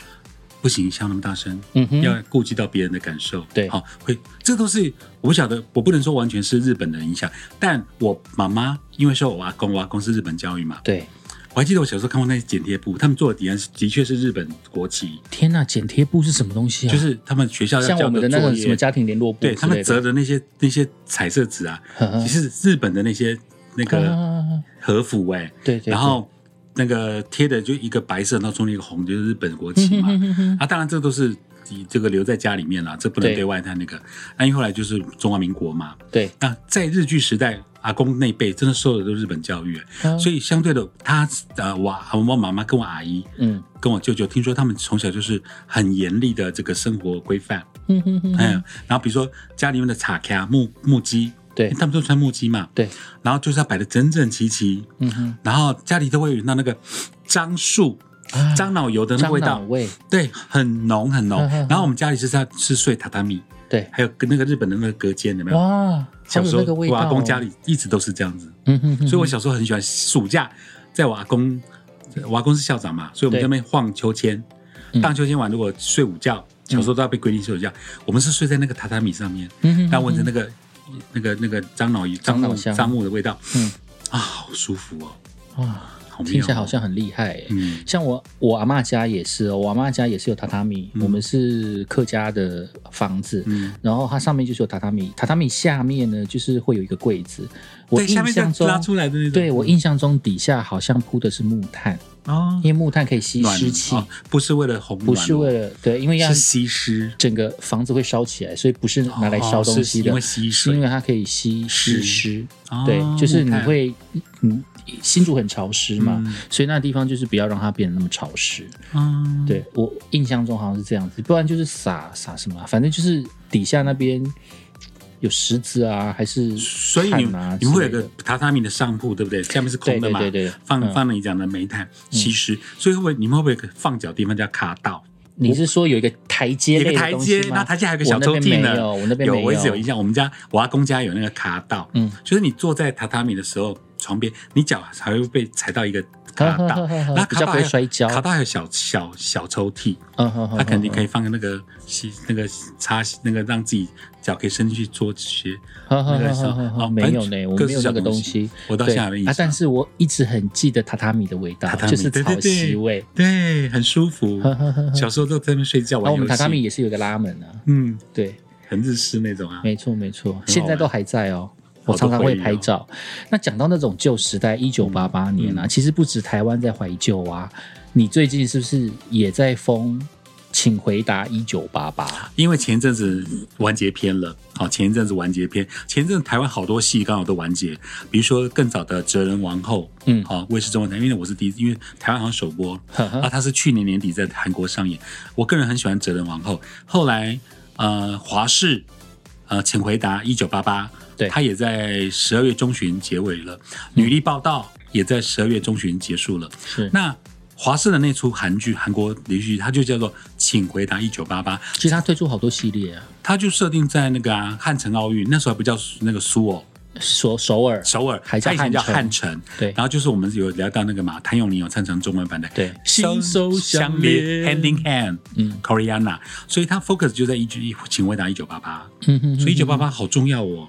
不行，笑那么大声，
嗯哼，
要顾及到别人的感受。
对
好，会这都是我不晓得，我不能说完全是日本的影响，但我妈妈因为说我阿公，我阿公是日本教育嘛，
对，
我还记得我小时候看过那些剪贴簿，他们做的底案是的确是日本国旗，
天呐、剪贴布是什么东西啊？
就是他们学校要
像我
交
们的那
作
个什么
业，
家庭联络簿之类
对
的，
他们折的那些那些彩色纸啊，
呵呵
其实日本的那些那个
啊
和服哎、
对对，
然后那个贴的就一个白色，然后中间一个红，就是日本国 旗嘛。
嘛，
啊，当然这都是以这个留在家里面啦，这不能
嗯对
对外太那个。那、因为后来就是中华民国嘛，
对，
那在日据时代，阿公那辈真的受的都是日本教育，所
以
以相对的，他呃，我我妈妈跟我阿姨。
嗯
跟我舅舅听说，他们从小就是很严厉的这个生活规范，
嗯嗯嗯
嗯，然后比如说家里面的茶卡木木屐，
对
他们都穿木屐嘛，
对，
然后就是要摆的整整齐齐，
嗯哼，
然后家里都会闻到那个樟树、
啊
樟脑油的那个味
樟
道
脑，味，
对，很浓很浓
嗯嗯。嗯
然后我们家里是在是睡榻榻米，
对，
还有跟那个日本的那个隔间，有没有？
哇，
小时
哦好有那
候
个味
我
道哦，
阿公家里一直都是这样子，
嗯哼，嗯哼，
所以我小时候很喜欢暑假，在我阿公，我阿公是校长嘛，所以我们
对
在那边晃秋千
嗯，
荡秋千完如果睡午觉，小时候都要被规定睡午觉，我们是睡在那个榻榻米上面，
嗯哼，
然后闻着那个那个那个樟脑油、樟
樟脑
木、
香
樟木的味道
嗯
啊，好舒服哦，
啊，
好妙哦
听起来好像很厉害耶。
嗯。
像我我阿嬷家也是哦，我阿嬷家也是有榻榻米，
嗯
我们是客家的房子，
嗯，
然后它上面就是有榻榻米，榻榻米下面呢就是会有一个柜子。我
对，下
印
面这
象
样
中
拉出来的那嗯种，
对我印象中底下好像铺的是木炭，
哦
因，为木炭可以吸
暖
湿气，
哦不是为了红暖哦，
不是为了对，因为要
是吸湿，
整个房子会烧起来，所以不是拿来烧东西
哦是
的，
因为吸
是因
水
为，它可以吸
湿
湿湿，
哦
对，就是你
看
会嗯新竹很潮湿嘛，
嗯
所以那地方就是不要让它变得那么潮湿。
嗯，
对我印象中好像是这样子，不然就是撒撒什么啊，反正就是底下那边有石子啊，还是
所以你
炭啊
你们会有
之类
个
的
榻榻米的上铺，对不对？下面是空的嘛，
对对对对
放
嗯
放了你讲的煤炭吸湿，所以会不会你们会不会有个放脚地方叫卡道？
你是说有一个台阶
有个
类的
台
东
阶，
西吗
那台阶还有个小抽屉呢。
我那边没有，我那边没
我一 直有印象，我们家我阿公家有那个卡道，
嗯，
就是你坐在榻榻米的时候，床边你脚还会被踩到一个
呵
卡
呵
道
呵呵呵，
那
比
卡
较
道
不
还
会
有
摔跤
卡道还有小小小抽屉，
嗯哼哼，
它肯定
哼
可以放那个吸那个插那个让自己脚可以伸进去做这些。
呵呵
那
呵
个时
呵
候
呵
哦
嗯呵，没
反正
有呢，我
各
没有
式
那
小
个
东
东
西
西，
我到
对
现在没印
啊
象，
但是我一直很记得榻榻米的味道
榻榻，米
就是
对对
草席
对
味。
对，很舒 服
呵。呵呵呵
小时候都在那边睡觉
然后
玩
啊我
游
嗯哦们榻榻米
戏，
也是有个拉门啊，
嗯，
对，
很日式那种啊。
没错没错，
玩
现在都还在哦。我常常会拍照。那讲到那种旧时代，一九八八年
嗯
啊，其实不止台湾在怀旧啊，你最近是不是也在封？请回答一九八八。
因为前一阵子完结篇了，好，前一阵子完结篇，前一阵子台湾好多戏刚好都完结，比如说更早的《哲人王后》，哦
嗯
好，卫视中文台，因为我是第一，因为台湾好像首播，
呵呵
啊，它是去年年底在韩国上演。我个人很喜欢《哲人王后》，后来呃，华视呃，请回答一九八八，
对
它也在十二月中旬结尾了，《女力报道》也在十二月中旬结束了。
是，
那华视的那出韩剧，韩国连续剧，它就叫做《请回答一九八八》，
其实他推出好多系列啊，
它就设定在那个啊汉城奥运，那时候还不叫那个苏哦，
首首尔，
首尔，
还叫
它以前叫汉
汉
城。
对
然后就是我们有聊到那个嘛，谭咏麟有唱成中文版的，
对心手相连
，hand in hand，
嗯
，Koreana，所以它 focus 就在一九一，请回答一九八八，
嗯哼哼哼
所以一九八八好重要哦，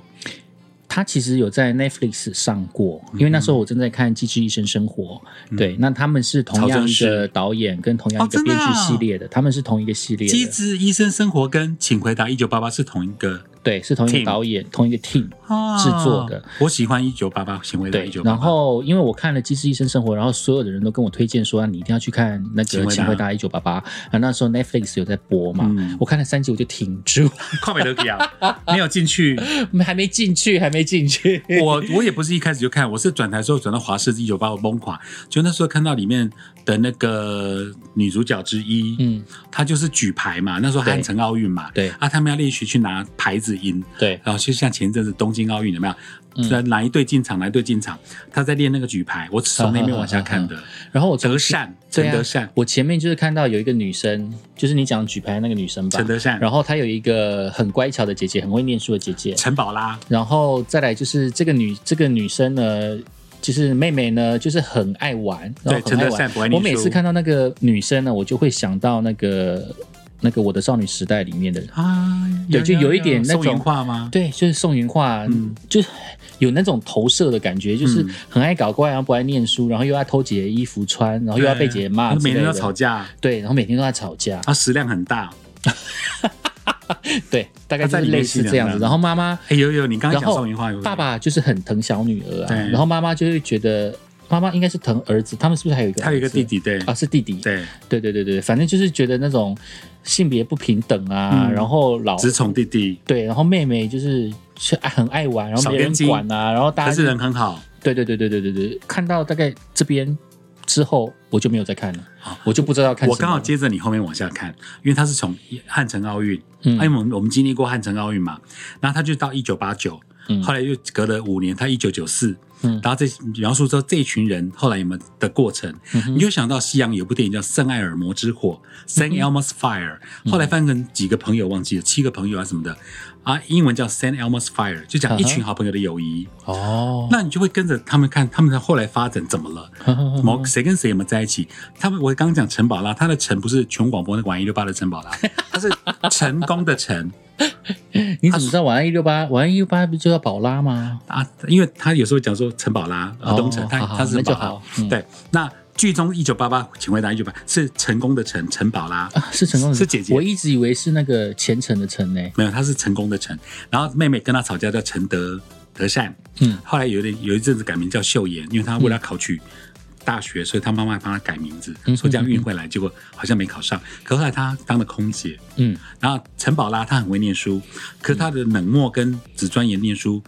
他其实有在 Netflix 上过，因为那时候我正在看《机智医生生活》
嗯
对，那他们是同
曹
样
正
一个
奭
导演跟同样一
哦
个
真的
编剧
啊
系列的，他们是同一个系列
《机
的，
智医生生活》跟《请回答一九八八》是同一个
对，是同一
team
个导演，同一个 team。
啊
制作的。
我喜欢一九八八，请回答
哦对
一九，八八。
然后因为我看了《机智医生生活》，然后所有的人都跟我推荐说、啊你一定要去看那个
请
《
回答
请回答一九八八》啊，那时候 Netflix 有在播嘛，
嗯
我看了三集我就停住，
跨美德比啊，没有进去。
还没进去，还没进去。
我我也不是一开始就看，我是转台之后转到华视一九八，我崩垮。就那时候看到里面的那个女主角之一，
嗯，
她就是举牌嘛，那时候汉城奥运嘛，
对
啊，他们要练习去拿牌子赢。
对，
然后就像前一阵子东京奥运有没有？
嗯
哪一队进场，哪一队进场，她在练那个举牌，我是从那边往下看的。
然后我从
德善，
嗯对
陈
啊
德善，
我前面就是看到有一个女生，就是你讲举牌那个女生吧
陈，德善，
啊然后她有一个很乖巧的姐姐，很会念书的姐姐，
陈宝拉，
然后再来就是这个女这个女生呢，就是妹妹呢，就是很爱玩，然后
对，
很
陈
爱
德善
玩。
不爱念
我
书。
每次看到那个女生呢，我就会想到那个那个《我的少女时代》里面的人，
啊，
对就有一点那种
宋云化吗？
对，就是宋云画，
嗯
就是有那种投射的感觉，就是
嗯
很爱搞怪，然后不爱念书，然后又要偷姐姐衣服穿，然后又要被姐姐骂
他
之
每
类
天都
的。
要吵架，
对，然后每天都在吵架，
他食量很大。
对，大概就
他在
是
里面
类
是
似
这
这样
样
子。
的
然后妈妈，
哎，有有，你刚
然
刚讲
后
宋云化有
爸爸就是很疼小女儿啊，
对
然后妈妈就会觉得妈妈应该是疼儿子，他们是不是还有一个？
他有一个弟。弟，对
啊，是弟弟，
对，
对对对对，反正就是觉得那种性别不平等啊，
嗯
然后老
只宠弟弟，
对，然后妹妹就是是爱很爱玩，然后
少
没人
根筋
管啊，然后大
可
家
是人很好。
对对对对对对对，看到大概这边之后，我就没有再看了
好，
我就不知道要看什么
啊我
了。
刚好接着你后面往下看，因为他是从汉城奥运，因为
嗯
我们我们经历过汉城奥运嘛，然后他就到一九八九
嗯。
后来又隔了五年，他一九九四，
嗯
然后这描述说这群人后来有没有的过程，
嗯哼
你就想到西洋有部电影叫《圣爱尔摩之火》（Saint
嗯
Elmo's Fire），、后来翻成几个朋友忘记了，七个朋友啊什么的，啊，英文叫《Saint Elmo's Fire》，就讲一群好朋友的友谊。
嗯哦，
那你就会跟着他们看他们的后来发展怎么了，
嗯
某谁跟谁有没有在一起？他们我刚刚讲陈宝拉，他的陈不是全广播那个玩一六八的陈 宝拉，他是成功的成
你怎么知道晚安一六八？晚安一六八不就叫宝拉吗？
啊，因为他有时候讲说陈宝拉啊，
哦
东城，他
好好
他是
那就
陈宝拉
好，嗯
对。那剧中一九八八，请回答一九八是成功的成陈宝拉，
啊，是成功的
是姐姐
我一直以为是那个虔诚的诚呢、
没有，他是成功的成。然后妹妹跟他吵架叫陈德德善，
嗯，
后来有点有一阵子改名叫秀妍，因为她为了考取大学，所以她妈妈帮她改名字，
嗯
说这样运回来，结果好像没考上。可后来她当了空姐，
嗯，
然后陈宝拉她很会念书，可是她的冷漠跟只钻研念书，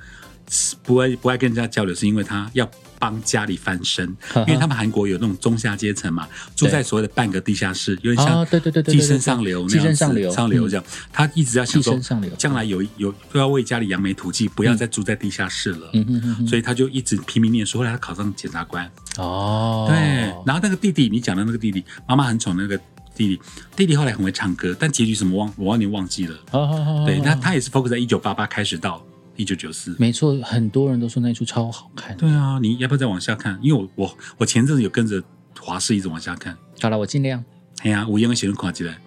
不爱不爱跟人家交流，是因为她要。帮家里翻身，
呵呵
因为他们韩国有那种中下阶层嘛，住在所谓的半个地下室，有点像
啊对对对对对
寄生上流那样子，
寄生上流嗯
上流这样。他一直要想
寄
说
生，上流，
将来有有都要为家里扬眉吐气，不要再住在地下室了。
嗯哼哼哼，
所以他就一直拼命念书，后来他考上检察官。
哦，
对，然后那个弟弟，你讲的那个弟弟，妈妈很宠那个弟弟，弟弟后来很会唱歌，但结局什么忘，我忘你忘记了。
好好好，
对，那
那
他也是 focus 在一九八八开始到一九九四。
没错，很多人都说那出超好看。
对啊，你要不要再往下看？因为我我我前阵子有跟着华视一直往下看。
好了，我尽量。
哎呀、我英文写论垮 起来，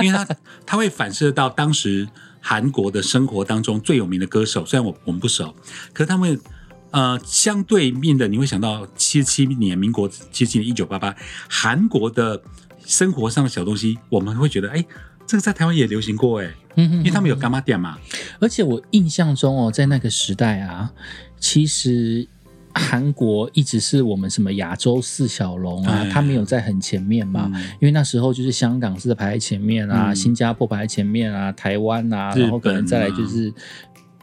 因为它它会反射到当时韩国的生活当中最有名的歌手，虽然我我们不熟，可是他们呃相对面的，你会想到七七年民国七七年一九八八韩国的生活上的小东西，我们会觉得哎。这个在台湾也流行过哎，
嗯哼，
因为他们有干妈店嘛，
而且我印象中哦，在那个时代啊，其实韩国一直是我们什么亚洲四小龙啊
哎，
他没有在很前面嘛。
嗯
因为那时候就是香港是排在前面啊，
嗯
新加坡排在前面啊，台湾啊，
日本啊
然后可能再来就是，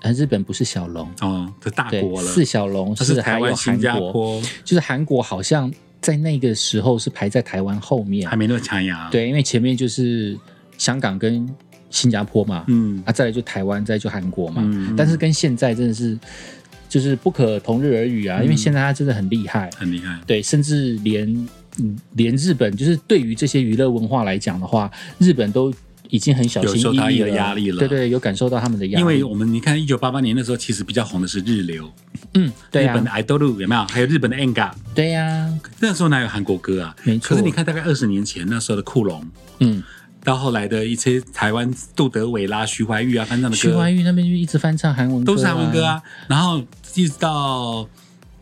呃，日本不是小龙，
哦，这大
对
国，了，
四小龙
它是
还
台
有
湾、
韩
新加
国，
坡，
就是韩国好像在那个时候是排在台湾后面
还，没那么强呀。，
对，因为前面就是香港跟新加坡嘛，
嗯
啊，再来就台湾，再来就韩国嘛。
嗯
但是跟现在真的是就是不可同日而语啊，
嗯
因为现在他真的很厉害，
很厉害，
对，甚至连嗯连日本就是对于这些娱乐文化来讲的话，日本都已经很小
有
心
受到
翼翼
一个压力了
对对，有感受到他们的压力，
因为我们你看一九八八年的时候，其实比较红的是日流，
嗯，对
日本的
呀，
idol 有没有？还有日本的 enga，
对呀，
那时候哪有韩国歌啊？
没错
可是你看，大概二十年前那时候的酷龙，
嗯，
到后来的一些台湾杜德伟啦、徐怀钰啊，翻唱的歌，
徐怀钰那边就一直翻唱韩文歌、
都是韩文歌。啊。然后一直到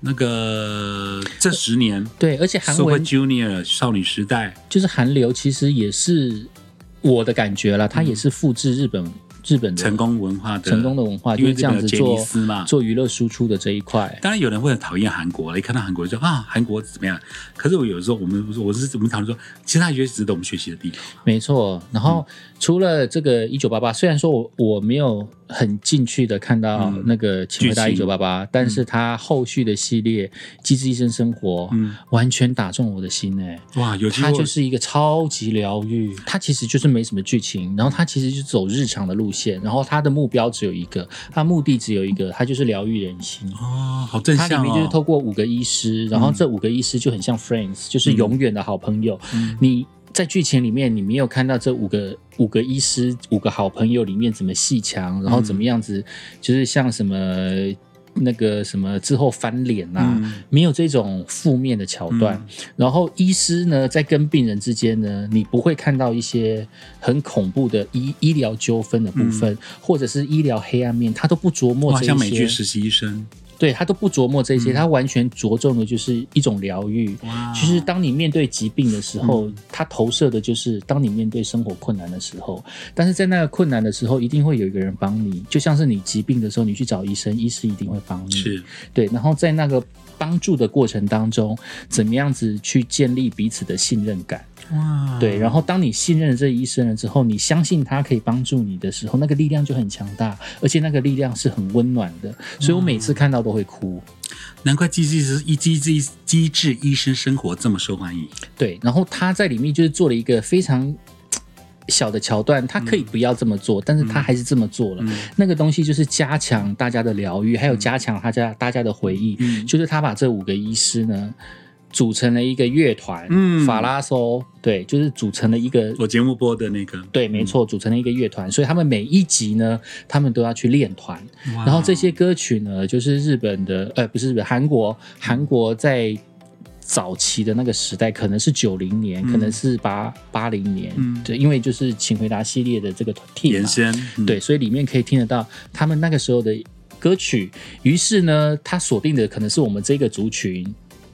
那个这十年
对，而且韩
，Super
文
Junior 少女时代，
就是韩流，其实也是我的感觉啦，它也是复制日本日本的
嗯成功文化的
成功的文化，
因
就
为
是这
日本
样子
有杰尼
做
斯嘛。
做娱乐输出的这一块。
当然有人会很讨厌韩国了，一看到韩国就说啊韩国怎么样？可是我有时候我们我是我们常说，其实它也是值得我们学习的地方。
没错，然后
嗯
除了这个一九八八，虽然说我我没有很进去的看到
嗯
那个《请回答一
剧情嗯
九八八》，但是它后续的系列《机智医生生活》
嗯，
完全打中我的心哎、
哇，有机
它
会
就是一个超级疗愈，它其实就是没什么剧情，然后它其实就走日常的路线，然后它的目标只有一个，它目的只有一个，它就是疗愈人心。
哦，好正
它里
向
面就是
哦。
透过五个医师，然后这五个医师就很像 friends，就是永远的好朋友。
嗯
你在剧情里面，你没有看到这五个五个医师、五个好朋友里面怎么戏强，然后
嗯
怎么样子，就是像什么那个什么之后翻脸啊，
嗯
没有这种负面的桥段。然后医师呢，在跟病人之间呢，你不会看到一些很恐怖的医医疗纠纷的部分，或者是医疗黑暗面，他都不琢磨
嗯哇，
这一些。
像美剧实习医生，
对他都不琢磨这些，
嗯
他完全着重的就是一种疗愈。
哇，嗯
其实，当你面对疾病的时候，它投射的就是当你面对生活困难的时候。但是在那个困难的时候，一定会有一个人帮你，就像是你疾病的时候，你去找医生，医师一定会帮你。
是
对，然后在那个帮助的过程当中，怎么样子去建立彼此的信任感？
哇，
对，然后当你信任了这医生了之后，你相信他可以帮助你的时候，那个力量就很强大，而且那个力量是很温暖的。所以我每次看到都会哭。
难怪《机智医师一机智机智医生生活》这么受欢迎。
对，然后他在里面就是做了一个非常小的桥段，他可以不要这么做，但是他还是这么做了。
嗯
那个东西就是加强大家的疗愈，还有加强大家大家的回忆。
嗯
就是他把这五个医师呢。组成了一个乐团，
嗯
法拉搜，对，就是组成了一个
我节目播的那个，
对，没错，组成了一个乐团，所以他们每一集呢，他们都要去练团。
哇
然后这些歌曲呢，就是日本的，呃，不是日本，韩国，
嗯
韩国在早期的那个时代，可能是九零年，
嗯
可能是八八零年，
嗯
对，因为就是《请回答》系列的这个 team
延
嘛
伸，嗯
对，所以里面可以听得到他们那个时候的歌曲。于是呢，他锁定的可能是我们这个族群。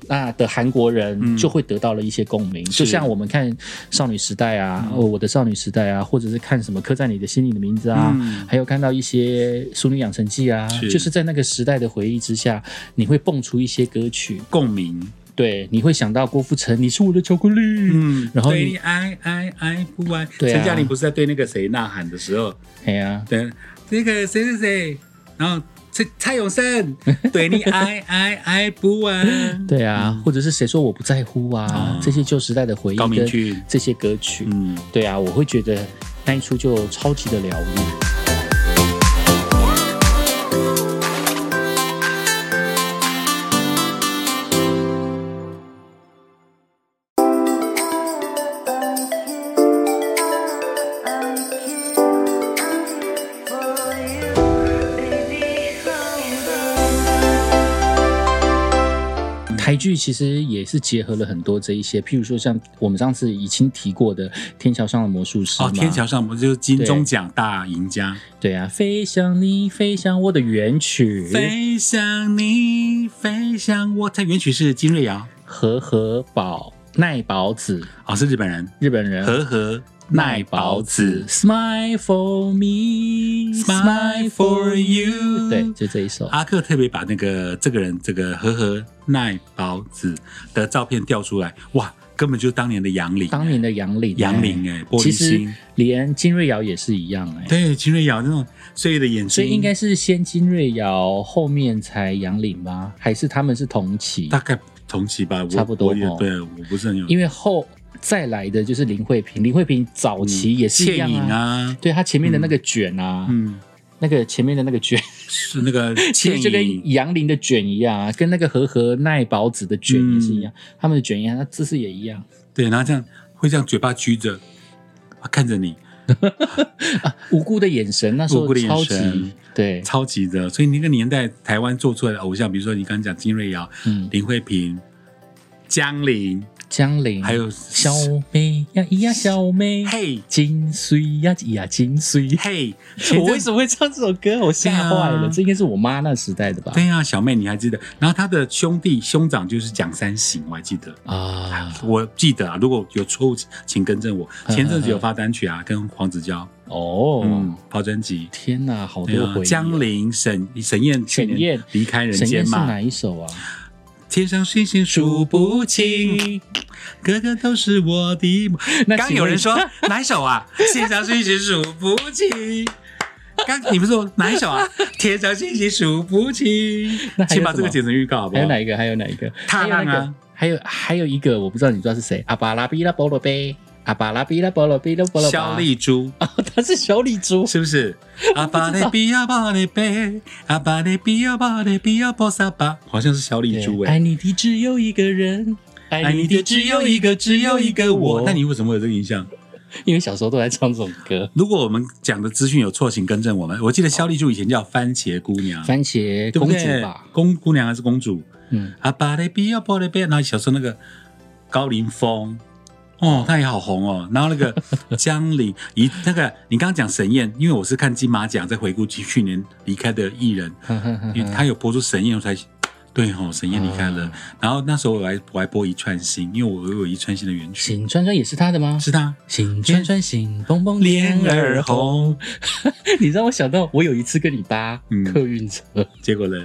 那的韩国人
嗯
就会得到了一些共鸣，就
是
像我们看《少女时代》啊，
嗯
哦，我的少女时代啊，或者是看什么刻在你的心里的名字啊，
嗯
还有看到一些《淑女养成记》啊，
是
就是在那个时代的回忆之下，你会蹦出一些歌曲，
共鸣，
对，你会想到郭富城，你是我的巧克力，
嗯
然后
对
你
你爱爱爱不爱，
对啊
陈嘉玲不是在对那个谁呐喊的时候，
哎呀、
对那个谁谁谁，然后蔡蔡永胜对你爱爱爱不完，
对啊，或者是谁说我不在乎啊，
哦
这些旧时代的回忆
嗯高明
跟
俊，
这些歌曲，
嗯，
对啊，我会觉得那一出就超级的疗愈。
嗯
台剧其实也是结合了很多这一些，譬如说像我们上次已经提过的《天桥上的魔术师》
哦，
嘛，
天桥上不就是金钟奖大赢家？
对啊，飞向你，飞向我的原曲，
飞向你，飞向我，它原曲是金瑞瑶，
和和宝奈保子，
哦，是日本人，
日本人
和和奈保子。
，Smile for me，Smile
Smile for you 啊
对，就这一首。
阿克特别把那个这个人这个和和奈保子的照片调出来，哇，根本就是当年的杨林，
当年的杨林，
杨林哎、玻
其
璃
实
心，
连金瑞瑶也是一样哎、
对，秦瑞瑶那种岁月的眼睛，
所以应该是先金瑞瑶，后面才杨林吗？还是他们是同期
大？概同期吧，我
差不多
我也
哦
对，我不是很有，
因
为
为后再来的就是林慧萍，林慧萍早期也是一
嗯倩
样
影
啊。
啊，
对她前面的那个卷啊，
嗯，
那个前面的那个卷，
是那个
其
倩
实就
影
跟杨林的卷一样啊，跟那个和和奈保子的卷也是一
嗯
样，他们的卷一样，那姿势也一样。
对，然后这样会这样嘴巴撅着，啊看着你，
无辜的眼神，那时
无
候
辜的眼
超级
神
对，
超级的，所以那个年代台湾做出来的偶像，比如说你刚刚讲金瑞瑶、
嗯，
林慧萍、江铃，
江铃，
还有
嗯小妹呀咿呀小妹，
嘿
金穗呀哎咿呀金穗。
嘿，
我 为什么会唱这首歌？我吓坏
对
了，
啊
这应该是我妈那时代的吧？
对呀、小妹，你还记得？然后他的兄弟兄长就是蒋三省，我还记得。
啊，
我记得啊，如果有错误，请更正我。
嗯
前阵子有发单曲啊，跟黄子佼，
哦，
嗯，跑专辑。
天哪，好
对
多
啊
回忆啊。
江玲、沈沈燕去
沈
年
燕
离开人
沈燕
间
是
嘛
哪，一首啊？
天上星星数不清，个个都是我的梦。
嗯那
刚
请
有
问
人说哪一 首啊？天上星星数不清。刚你不是说哪一首啊？天上星星数不清
那。还有
请把
什
这个
么
剪成预告好不
还
好
有？哪一个？还有哪一个？
踏
还有
浪啊
那个！还有还有一个，我不知道你知道是谁？阿巴拉比拉波罗贝，阿巴拉比拉波罗贝拉波罗巴。
肖丽珠
啊， 他是小丽珠。
是 不是？阿巴内比亚巴内贝，阿巴内比亚巴内比亚波萨巴，好像是小丽珠
爱
哎。
你的只有一个人，爱
爱哎你的只有一个，只有一个我。那你为什么有这个印象？
因为小时候都在唱这种歌。
如果我们讲的资讯有错，请更正我们。我记得肖丽珠以前叫番茄姑娘，
番茄
对
哦
不
公
对
主吧，
公姑娘还是公主？
嗯，
阿巴内比亚巴内贝，然后小时候那个高凌风。哦，她也好红哦。然后 那个江玲，一那个你刚刚讲沈燕，因为我是看金马奖在回顾去去年离开的艺人，
嗯
因为他有播出沈燕，我才对吼、沈燕离开了。
嗯
然后那时候我还我还播一串星，因为我有一串星的原曲，
醒川川也是他的吗？
是他
醒川川醒，蹦蹦
脸
脸
儿
儿红。
红。
你让我想到，我有一次跟你搭
嗯
客运车，
结果呢？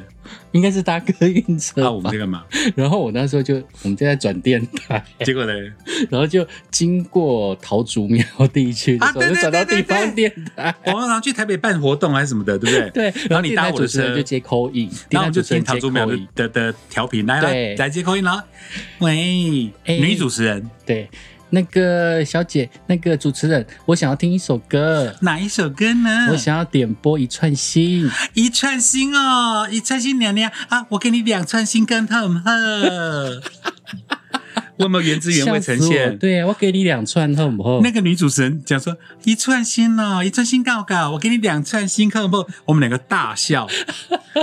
应该是搭客运
啊，
车
我
吧
们。在干嘛？
然后我那时候就我们就在转电台，
结果呢？
然后就经过桃竹苗地区的时候，
啊对对
就转到
对
地
对对
方电 台。
我们好像去台北办活动还是什么的，对不对？
对，
然后你搭我
电台主
的
持人
车
就接口音，
然后我们就听
桃
唐祖淼的的的调频，来来
对
来接口音了。喂，
哎
女主持人
对，那个小姐，那个主持人，我想要听一首歌，
哪一首歌呢？
我想要点播一串心。
一串星哦，一串星娘娘啊，我给你两串星跟痛 呵。我有没有原汁原味呈
吓死我
现？
对啊，我给你两串，好不好？
那个女主持人讲说一串星哦，一串星告告，我给你两串星，看不？我们两个大 笑，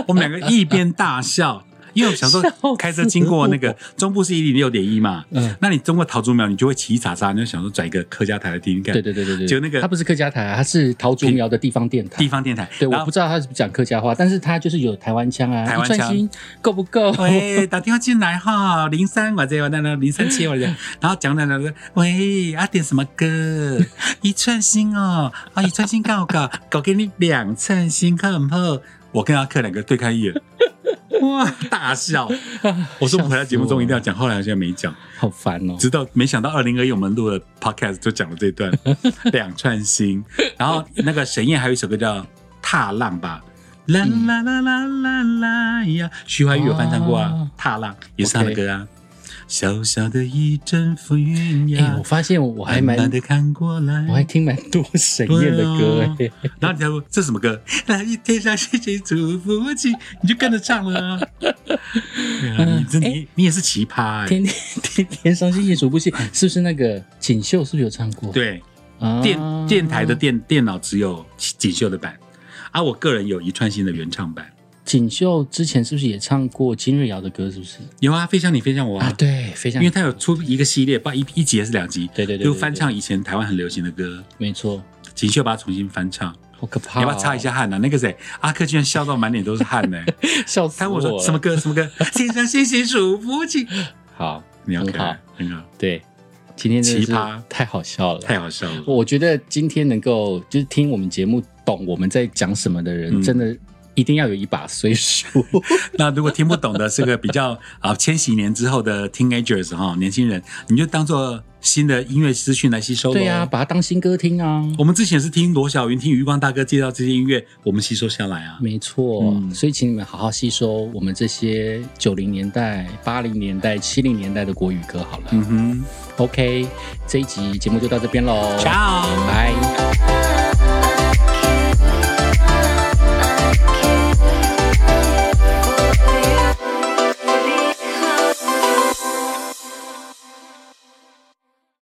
我们两个一边大笑，因为我想说
笑死我
开车经过那个中部是一零六点一嘛，
嗯
那你中过桃竹苗，你就会骑查查，你就想说转一个客家台来听听看，
对对对对对，
就那个
他不是客家台、啊，他是桃竹苗的地方电台
地。方电台，
对，
然
我
后
不知道他是不是讲客家话，但是他就是有台湾腔啊，
台湾
一串
腔
心够不够？
喂，打电话进来哈，零三我这我那那零三七我这，然后讲讲讲讲，喂，啊点什么歌？ 一串星哦，啊一串星告告，搞 给你两串星，好不好？我跟阿克两个对看一眼，哇，大笑。我说我们回来节目中一定要讲，后来好像没讲，
好烦哦。
直到没想到二零二一我们录了 podcast 就讲了这 段两串星，然后那个沈燕还有一首歌叫《踏浪》吧。啦啦啦啦啦啦呀！徐怀钰有翻唱过啊，
哦
踏浪》也是他的歌啊。小小的一阵风云
哎、
呀
我，发现我还蛮
慢，慢的看过来。
我还听蛮多沈燕的歌、哎、
对啊然后你才说这什么歌？来一天上星星祝福起，你就跟着唱了 啊。对啊你真你你也是奇葩哎。
哎天天天天伤心夜数不息，是不是那个锦绣？是不是有唱过？
对，
啊，
电电台的电电脑只有锦绣的版，啊，我个人有一串新的原唱版。
锦绣之前是不是也唱过金瑞瑶的歌？是不是
有啊，飞向你，飞向我
啊？
啊，
对，非常
因为它有出一个系列，不一一集还是两集，
对对对对
就翻唱以前台湾很流行的歌，
没错，
锦绣把它重新翻唱。
好可怕、
你
哦！
要不要擦一？下汗呢、啊？那个谁，阿克居然笑到满脸都是汗呢、
笑 死
他问
我
我说
了
什么？歌什么歌，天上星星数不清，
好，
你要
很好
看，很好，
对，今天真的
奇
是
葩
太好笑了，
太好笑了。
我觉得今天能够就是听我们节目懂我们在讲什么的人，
嗯
真的一定要有一把岁 数。
那如果听不懂的这个比较 啊千禧年之后的 teenagers 哈年轻人，你就当做新的音乐资讯来吸收咯
对啊，把它当新歌听啊。
我们之前是听罗小云、听余光大哥介绍这些音乐，我们吸收下来啊。
没错，
嗯
所以请你们好好吸收我们这些九零年代、八零年代、七零年代的国语歌好了。
嗯哼，
OK，这一集节目就到这边喽，
ciao。
拜。